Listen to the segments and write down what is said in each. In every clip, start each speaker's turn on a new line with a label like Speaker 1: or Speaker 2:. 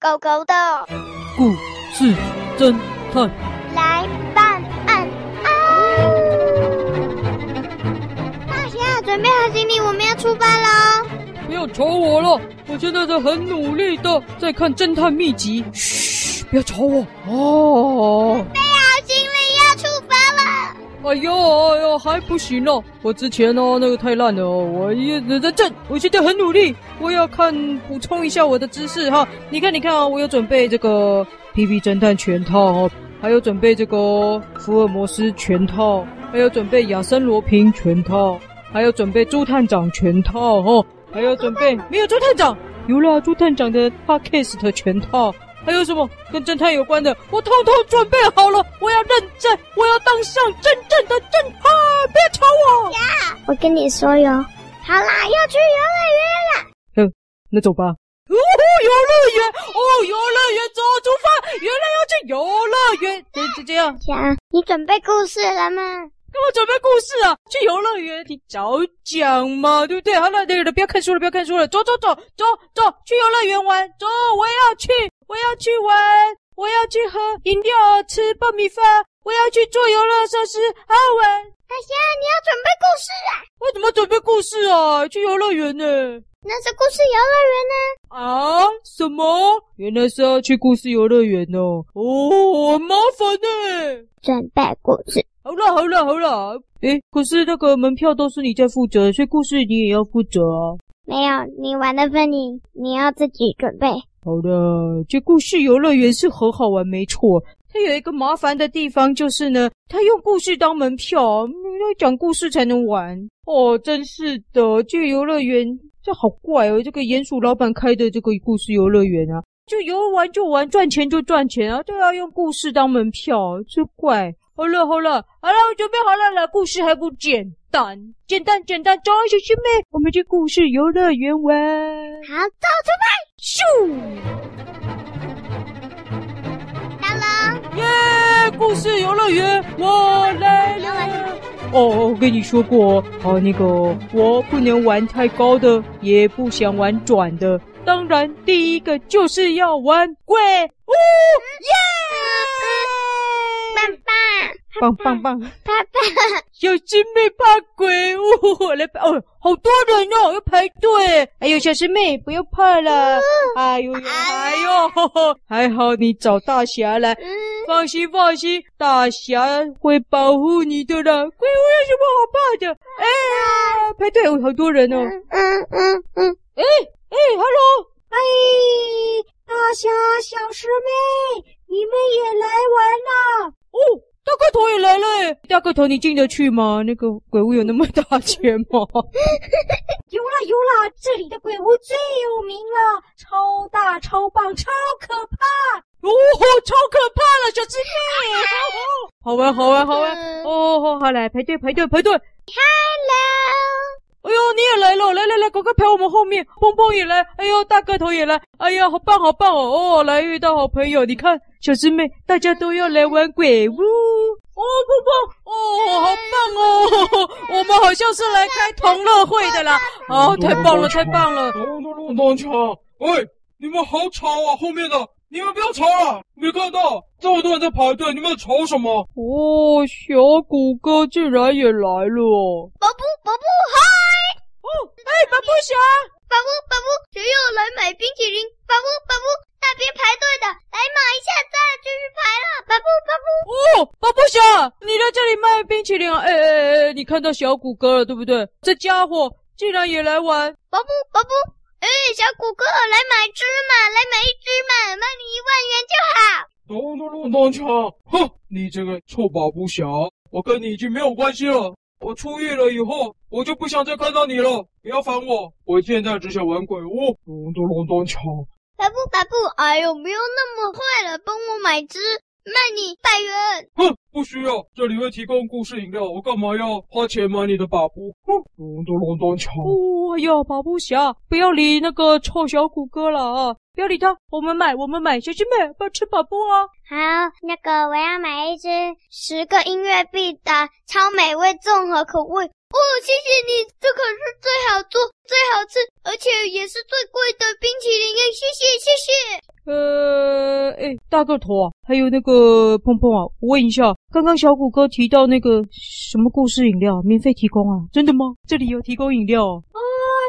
Speaker 1: 狗狗的
Speaker 2: 故事侦探
Speaker 1: 来办案啊！大侠，准备好行李，我们要出发喽！
Speaker 2: 不要吵我了，我现在在很努力的在看侦探秘籍。嘘，不要吵我哦！
Speaker 1: 好，行李要出发了。
Speaker 2: 哎呦哎呦，还不行哦！我之前哦那个太烂了哦，我一直在这，我现在很努力，我要看补充一下我的知识哈。你看你看啊、我有准备这个《皮皮侦探》全套哦，还有准备这个福尔摩斯全套，还有准备亚森罗平全套，还有准备朱探长全套哦，还有准备没有朱探长，有了朱探长的 podcast 全套。还有什么跟侦探有关的，我通通准备好了。我要认真，我要当上真正的侦探！别吵我。
Speaker 1: 我跟你说哟，好啦，要去游乐园啦！
Speaker 2: 那走吧。哦，游乐园，哦，游乐园，走，出发！原来要去游乐园，就就这样。
Speaker 1: 想你准备故事了吗？啊
Speaker 2: 干嘛准备故事啊？去游乐园，你早讲嘛，对不对？好了，对了，不要看书了，不要看书了，走走走走走，去游乐园玩，走，我也要去，我也要去玩，我要去喝饮料，吃爆米花，我要去做游乐设施，好好玩。
Speaker 1: 大侠，你要准备故事啊？
Speaker 2: 我怎么准备故事啊？去游乐园呢？
Speaker 1: 那是故事游乐园呢、
Speaker 2: 啊？什么？原来是要去故事游乐园哦。哦，很麻烦呢。
Speaker 1: 准备故事，
Speaker 2: 好了好了好了，诶，可是那个门票都是你在负责，所以故事你也要负责啊。
Speaker 1: 没有你玩的份你，你要自己准备。
Speaker 2: 好的，这故事游乐园是很好玩，没错。它有一个麻烦的地方就是呢，它用故事当门票，嗯要讲故事才能玩。哦，真是的，这个游乐园这好怪哦，这个鼹鼠老板开的这个故事游乐园啊，就游玩就玩，赚钱就赚钱啊，都要用故事当门票，真怪。好了好了好了，我准备好了啦，故事还不简单，简单简单，走，小师妹，我们去故事游乐园玩。
Speaker 1: 好，走，出发！
Speaker 2: 咻！
Speaker 1: 到了，
Speaker 2: 耶！故事游乐园，我来了。哦，我跟你说过，哦，那个我不能玩太高的，也不想玩转的。当然，第一个就是要玩鬼屋，耶！
Speaker 1: 棒棒，
Speaker 2: 棒棒棒！
Speaker 1: 爸爸，
Speaker 2: 小师妹怕鬼屋，我来吧哦，好多人哦，要排队。哎呦，小师妹不要怕啦！哎呦，哎呦， 呵呵还好你找大侠来，
Speaker 1: 嗯，
Speaker 2: 放心放心，大侠会保护你的啦。鬼屋有什么好怕的？哎、排队有好多人哦。
Speaker 1: 嗯嗯嗯嗯，
Speaker 2: 哎哎，hello，
Speaker 3: 哎，大侠、小师妹，你们也来玩啦！
Speaker 2: 哦，大个头也来了哎。大个头，你进得去吗？那个鬼屋有那么大 间吗？
Speaker 3: 有啦有啦，这里的鬼屋最有名了，超大、超棒、超可怕！
Speaker 2: 哦，超可怕了，小师妹！好玩，好玩，好玩！
Speaker 1: 嗯
Speaker 2: 哦，好好来排队，排队，排队！哎
Speaker 1: Hello，
Speaker 2: 呦，你也来了，来来来，赶快排我们后面！蹦蹦也来，哎呦，大个头也来，哎呀，好棒，好棒哦！哦，来遇到好朋友，你看，小师妹，大家都要来玩鬼屋。哦，蹦蹦，哦，好棒哦！我们好像是来开同乐会的啦！哦，太棒了，太棒了！
Speaker 4: 咚咚咚咚锵！喂，你们好吵啊！后面的，你们不要吵了、没看到这么多人在排队，你们在吵什么？
Speaker 2: 哦，小谷哥竟然也来了哦！
Speaker 1: 宝布，宝布，嗨！
Speaker 2: 哦，哎，巴布侠，
Speaker 1: 宝布，宝布，谁要来买冰淇淋？宝布，宝布，那边排队的来买一下，再继续排了。宝布，宝布，
Speaker 2: 哦，巴布侠，你在这里卖冰淇淋啊？哎哎哎，你看到小谷哥了对不对？这家伙竟然也来玩！
Speaker 1: 宝布，宝布，哎，小谷哥来买芝麻，来买一芝麻，卖你一万元就好。
Speaker 4: 咚咚咚咚锵！哼，你这个臭保不侠，我跟你已经没有关系了。我出狱了以后，我就不想再看到你了。不要烦我，我现在只想玩鬼屋。咚咚咚咚锵！
Speaker 1: 白布白布，哎呦，没有那么坏了，帮我买只，卖你一百元。
Speaker 4: 哼，不需要，这里会提供故事饮料，我干嘛要花钱买你的把布？哼，咚咚咚咚锵！
Speaker 2: 哦，哎呀，巴布侠，不要理那个臭小谷哥了啊！不要理他，我们买，我们买，小师妹，不要吃巴布啊！
Speaker 1: 好，那个我要买一只十个音乐币的超美味综合口味。哦，谢谢你，这可是最好做、最好吃，而且也是最贵的冰淇淋耶！谢谢，谢谢。
Speaker 2: 呃，哎、大个头啊，还有那个碰碰啊，我问一下，刚刚小谷哥提到那个什么故事饮料免费提供啊？真的吗？这里有提供饮料、哦？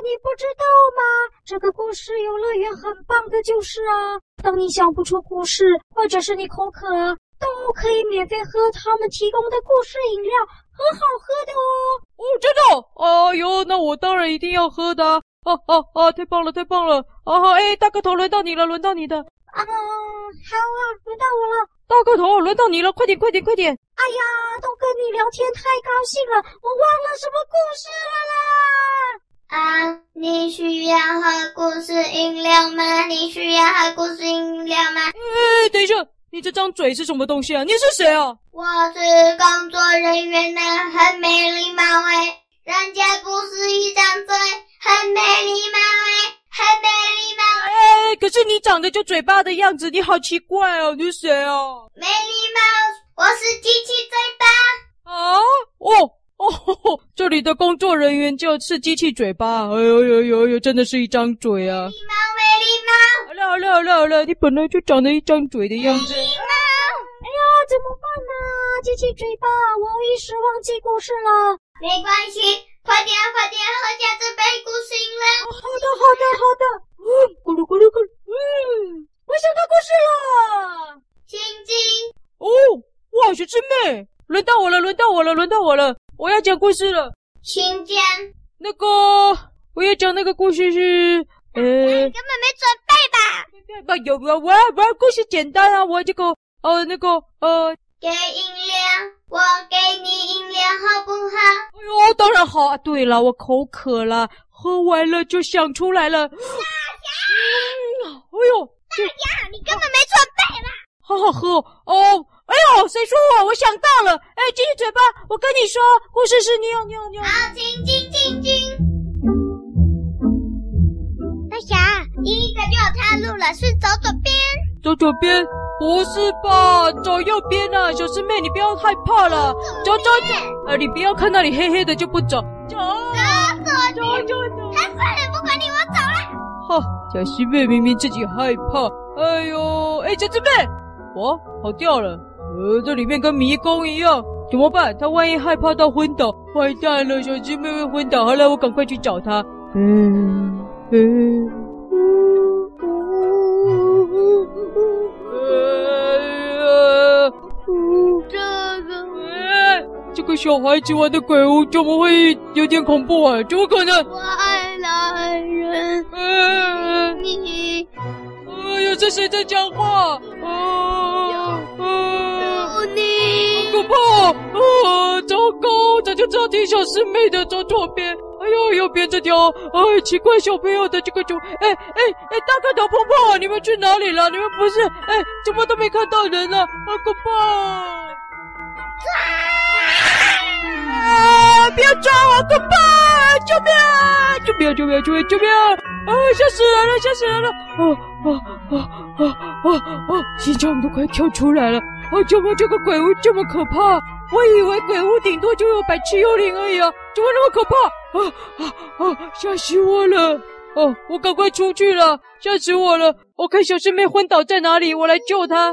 Speaker 3: 你不知道吗？这个故事游乐园很棒的就是啊，当你想不出故事，或者是你口渴，都可以免费喝他们提供的故事饮料，很好喝的哦。
Speaker 2: 哦，真的哦？哎呦，那我当然一定要喝的啊！哦哦哦，太棒了，太棒了！哦好，哎，大个头，轮到你了，轮到你的，
Speaker 1: 哦
Speaker 3: 啊，好啊，轮到我了。
Speaker 2: 大个头，轮到你了，快点，快点，快点！
Speaker 3: 哎呀，都跟你聊天太高兴了，我忘了什么故事了啦。
Speaker 1: 啊，你需要喝故事饮料吗？你需要喝故事饮料吗？
Speaker 2: 哎，等一下，你这张嘴是什么东西啊？你是谁啊？
Speaker 1: 我是工作人员呢，很没礼貌哎。人家不是一张嘴，很没礼貌哎，很没礼貌，
Speaker 2: 哎，可是你长得就嘴巴的样子，你好奇怪哦，你是谁啊？
Speaker 1: 没礼貌。我是机器嘴巴，
Speaker 2: 啊，哦哦，这里的工作人员就是机器嘴巴，哎呦呦呦呦，真的是一张嘴啊！
Speaker 1: 礼貌没礼貌，
Speaker 2: 好了好了好了好了，你本来就长得一张嘴的样子。
Speaker 1: 礼貌。
Speaker 3: 哎呀，怎么办呢、机器嘴巴，我一时忘记故事了。
Speaker 1: 没关系，快点快点喝下这杯故事饮料。
Speaker 3: 好的，好的，好的。嗯，咕噜咕噜咕噜。嗯，我想到故事了。
Speaker 1: 青筋，
Speaker 2: 哦，哇，小师妹，轮到我了，轮到我了，轮到我了，我要讲故事了。
Speaker 1: 青尖，
Speaker 2: 那个，我要讲那个故事是，呃
Speaker 1: 你，根本没准备吧？
Speaker 2: 不有啊，我我故事简单啊，我这个呃那个呃，
Speaker 1: 给饮料，我给你饮料好不好？
Speaker 2: 哎呦，当然好啊。对了，我口渴了，喝完了就想出来了。大嗯，哎呦，这
Speaker 1: 呀，你根本没准备吧？
Speaker 2: 好好喝哦！哦哎呦，谁说我？我想到了，哎，金鱼嘴巴，我跟你说，故事是妞妞妞。
Speaker 1: 好，青筋，青筋。大侠，你一个就有岔路了，是走左边。
Speaker 2: 走左边，不是吧？走右边啊，小师妹，你不要害怕了，走走走，呃，你不要看那里黑黑的就不走，走
Speaker 1: 走
Speaker 2: 走
Speaker 1: 左
Speaker 2: 走走。
Speaker 1: 哎，算了，不管你，我走了。
Speaker 2: 哈，小师妹明明自己害怕，哎呦，哎，小师妹，哇，跑掉了，呃，这里面跟迷宫一样，怎么办？她万一害怕到昏倒，坏蛋了，小师妹会昏倒。好了，我赶快去找她。嗯嗯。
Speaker 1: 这
Speaker 2: 呃
Speaker 1: 个，
Speaker 2: 哎这个小孩子玩的鬼屋怎么会有点恐怖啊？怎么可能？
Speaker 1: 我爱老人，
Speaker 2: 呃，
Speaker 1: 你
Speaker 2: 哎呦，这谁在讲话？啊啊！
Speaker 1: 不你。
Speaker 2: 可怕！啊，糟糕！早就知道听小师妹的，走左边。哎呦，右边这条，哎，奇怪，小朋友的这个就，哎哎哎，大个头婆婆，你们去哪里了？你们不是，哎，怎么都没看到人了？好可怕！啊！ 不要抓我，好可怕！救命！啊！救命！救命！救命！救命！啊！吓死人了！吓死人了！啊啊啊啊啊啊！心脏都快跳出来了！哦，怎么这个鬼屋这么可怕？我以为鬼屋顶多就有百七幽灵而已啊，怎么那么可怕？啊啊啊！吓死我了！哦，我赶快出去了，吓死我了！我看小师妹昏倒在哪里，我来救她。哎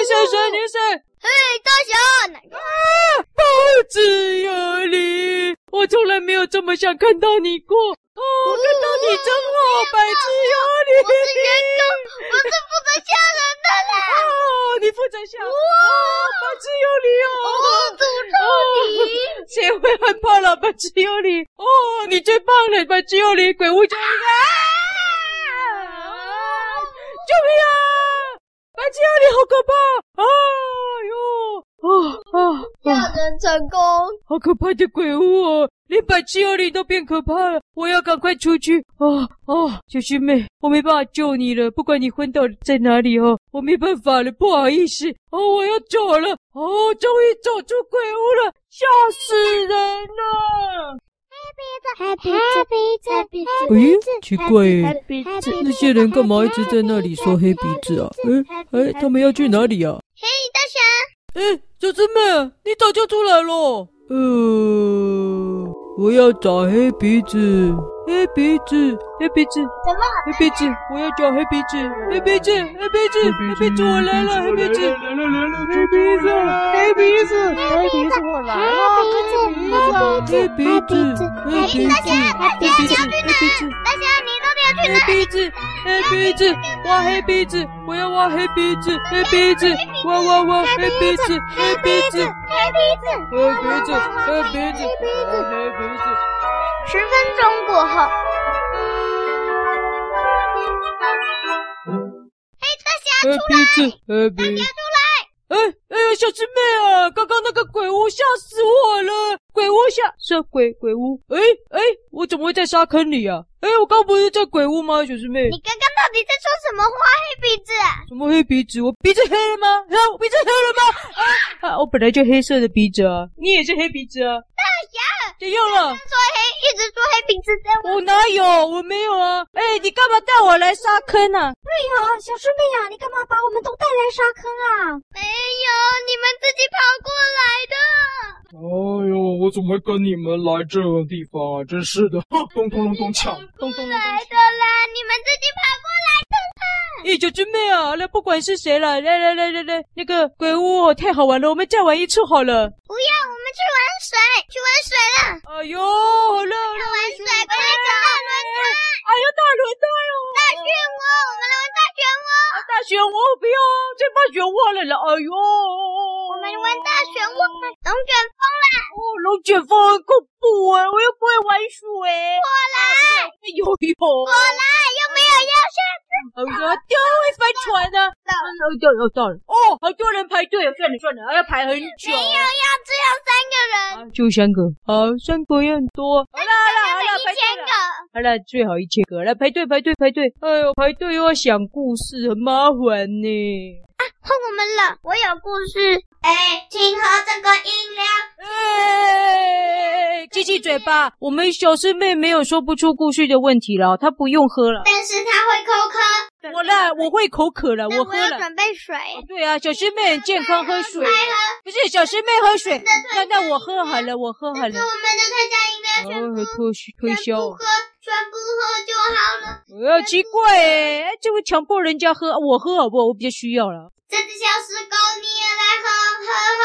Speaker 2: 谁谁谁？你是谁？
Speaker 1: 嘿，大侠，哪个？
Speaker 2: 报纸有你，我从来没有这么想看到你过。哦，看到你真好，百只有
Speaker 1: 我是员
Speaker 2: 你。
Speaker 1: 工，我是负责吓人的啦。
Speaker 2: 哦，你负责下。哇，百只有你哦。
Speaker 1: 我诅咒你！
Speaker 2: 谁会害怕了？百只有你哦，你最棒了！百只有你，鬼屋救命啊！救命啊！百只有你好可怕！啊哟啊啊！啊
Speaker 1: 吓人成功，
Speaker 2: 好可怕的鬼屋哦！连百只有你都变可怕了，我要赶快出去啊啊！小师妹，我没办法救你了，不管你昏倒在哪里哦，我没办法了，不好意思哦，我要走了哦，终于走出鬼屋了，吓死人了！
Speaker 1: Happy Happy
Speaker 2: 咦，哎奇怪耶，那些人干嘛一直在那里说黑鼻子啊？哎哎，他们要去哪里啊？
Speaker 1: 嘿，大侠，
Speaker 2: 哎，小师妹，你早就出来了。呃，我要找黑鼻子。黑鼻子，黑鼻子，
Speaker 1: 怎么
Speaker 2: 黑鼻子，我要找黑鼻子，黑鼻子，黑鼻子，黑鼻子，我来了，黑鼻子，
Speaker 4: 来了来了，黑鼻子，
Speaker 5: 黑鼻子，黑鼻子，我来
Speaker 1: 哎
Speaker 5: 了，黑鼻子。
Speaker 2: 黑鼻子，黑鼻子，
Speaker 1: 大
Speaker 2: 黑
Speaker 1: 侠，
Speaker 2: 鼻
Speaker 1: 你
Speaker 2: 子，
Speaker 1: 要去
Speaker 2: 黑
Speaker 1: 哪
Speaker 2: 鼻子。？
Speaker 1: 大侠，你到底要去
Speaker 2: 黑
Speaker 1: 哪？
Speaker 2: 鼻子，黑鼻子，挖黑鼻子，我要挖黑鼻子，黑鼻子，挖挖挖，黑鼻子，黑鼻
Speaker 1: 黑鼻子。
Speaker 2: 子，黑鼻子，黑鼻子，黑鼻子。
Speaker 1: 十分钟过后，
Speaker 2: 黑鼻子，黑鼻子。哎哎呀，小师妹啊！刚刚那个鬼屋吓死我了！鬼屋吓是鬼鬼屋。哎哎，我怎么会在沙坑里啊？哎，我刚不是在鬼屋吗，小师妹？
Speaker 1: 你刚刚到底在说什么话？黑鼻子啊，
Speaker 2: 什么黑鼻子？我鼻子黑了吗？啊，我鼻子黑了吗？啊啊！我本来就黑色的鼻子啊，你也是黑鼻子啊。大侠，怎样了？
Speaker 1: 说黑一直说黑鼻子在我。
Speaker 2: 我哪有？我没有啊！哎，你干嘛带我来沙坑啊？
Speaker 3: 哎呀，小师妹呀、你干嘛把我们都带来沙坑啊？
Speaker 1: 没有，你们自己跑过来的。
Speaker 4: 哎呦，我怎么会跟你们来这种地方啊？真是的，哼咚咚咚咚锵！
Speaker 2: 咚咚咚
Speaker 1: 来的啦，你们自己跑过来的。
Speaker 2: 哎，九只妹啊，那不管是谁了，来来来来来，那个鬼屋哦太好玩了，我们再玩一次好了。
Speaker 1: 不要，我们去玩水，去玩水啦！
Speaker 2: 哎呦，好了，
Speaker 1: 去玩水，快来找大轮子，
Speaker 2: 哎呦，大轮大
Speaker 1: 大
Speaker 2: 哦，
Speaker 1: 漩涡，我们来玩大漩涡，
Speaker 2: 大漩涡不要，最怕漩涡来了。哎呦，
Speaker 1: 我
Speaker 2: 我
Speaker 1: 们玩大漩涡，龙卷风啦！
Speaker 2: 哦，龙卷风很恐怖哎，我又不会玩水。
Speaker 1: 过来，
Speaker 2: 哎呦呦，
Speaker 1: 过来，又没有要下去
Speaker 2: 哎呀，掉会翻船呢、啊。哦，到了到了，哦，好多人排队，算了算了，要排很久。
Speaker 1: 没有要，只有三个人，
Speaker 2: 啊，就三个，好，三个也很多。好了好了好了，
Speaker 1: 一
Speaker 2: 排
Speaker 1: 千
Speaker 2: 队了
Speaker 1: 个。。
Speaker 2: 好了，最好一千个，来排队排队排队。哎呦，排队又要想故事，很麻烦呢。
Speaker 1: 换我们了，我有故事。哎，请喝这个饮料。
Speaker 2: 哎，机器嘴巴，我们小师妹没有说不出故事的问题了，她不用喝了。
Speaker 1: 但是它会口渴，
Speaker 2: 我啦，我会口渴了，
Speaker 1: 那
Speaker 2: 我
Speaker 1: 我
Speaker 2: 喝
Speaker 1: 要
Speaker 2: 了。
Speaker 1: 准备水。
Speaker 2: 对啊，小师妹很健康，喝水。
Speaker 1: 快
Speaker 2: 不是小师妹喝水，那那我喝好了，我喝好
Speaker 1: 喝，这我们的特
Speaker 2: 了。
Speaker 1: 效饮料全部
Speaker 2: 哦，推
Speaker 1: 全
Speaker 2: 销推销，
Speaker 1: 部喝，全部喝就好了。
Speaker 2: 呃，奇怪哎，这会强迫人家喝，我喝好不好？我比较需要了。
Speaker 1: 这只小死狗，你也来喝喝喝。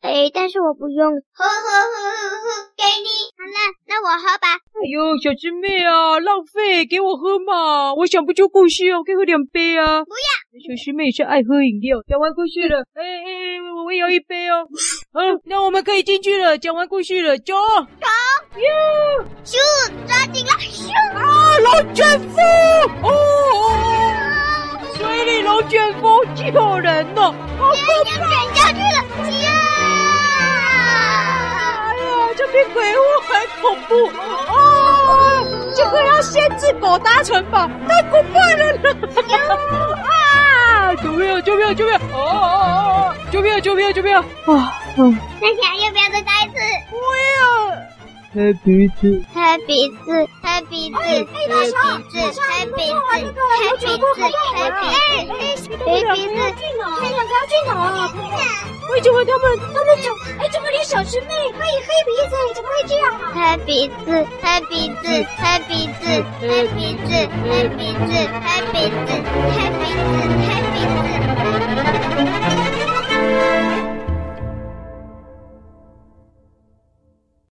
Speaker 1: 哎，但是我不用。喝喝喝喝喝，给你。好了，那我喝吧。
Speaker 2: 哎呦，小师妹啊，浪费，给我喝嘛！我想不出故事啊，我可以喝两杯啊。不要，小师妹也是爱喝饮料。讲完故事了，哎哎，哎我也要一杯 哦。嗯，那我们可以进去了。讲完故事了，走。
Speaker 1: 咻，抓紧了，咻！
Speaker 2: 啊，龙卷风！哦，哦哦水里龙卷风，救人呢、好
Speaker 1: 我
Speaker 2: 可
Speaker 1: 要卷下去了，呀！
Speaker 2: 怕呀！这比鬼屋还恐怖哦！这个要先自保达成吧，太恐怖了呢！啊！救命！救命！救命！哦哦哦！救命！救命！救命！啊！嗯，
Speaker 1: 大侠，要不要再打一次？
Speaker 2: 不要！黑鼻子，
Speaker 1: 黑鼻子，黑鼻
Speaker 3: 哎
Speaker 1: 子，黑鼻子，黑鼻子，黑鼻子，黑鼻子，
Speaker 3: 哎
Speaker 1: 黑鼻子，黑鼻子。
Speaker 3: 去哪？你们要去哪？
Speaker 2: 为什么他们
Speaker 3: 他们怎哎怎么连小师妹还有黑鼻子怎么会这样啊？
Speaker 1: 黑鼻子，黑鼻子，黑鼻子，黑鼻子，黑鼻子，黑鼻子，黑鼻子，黑鼻子。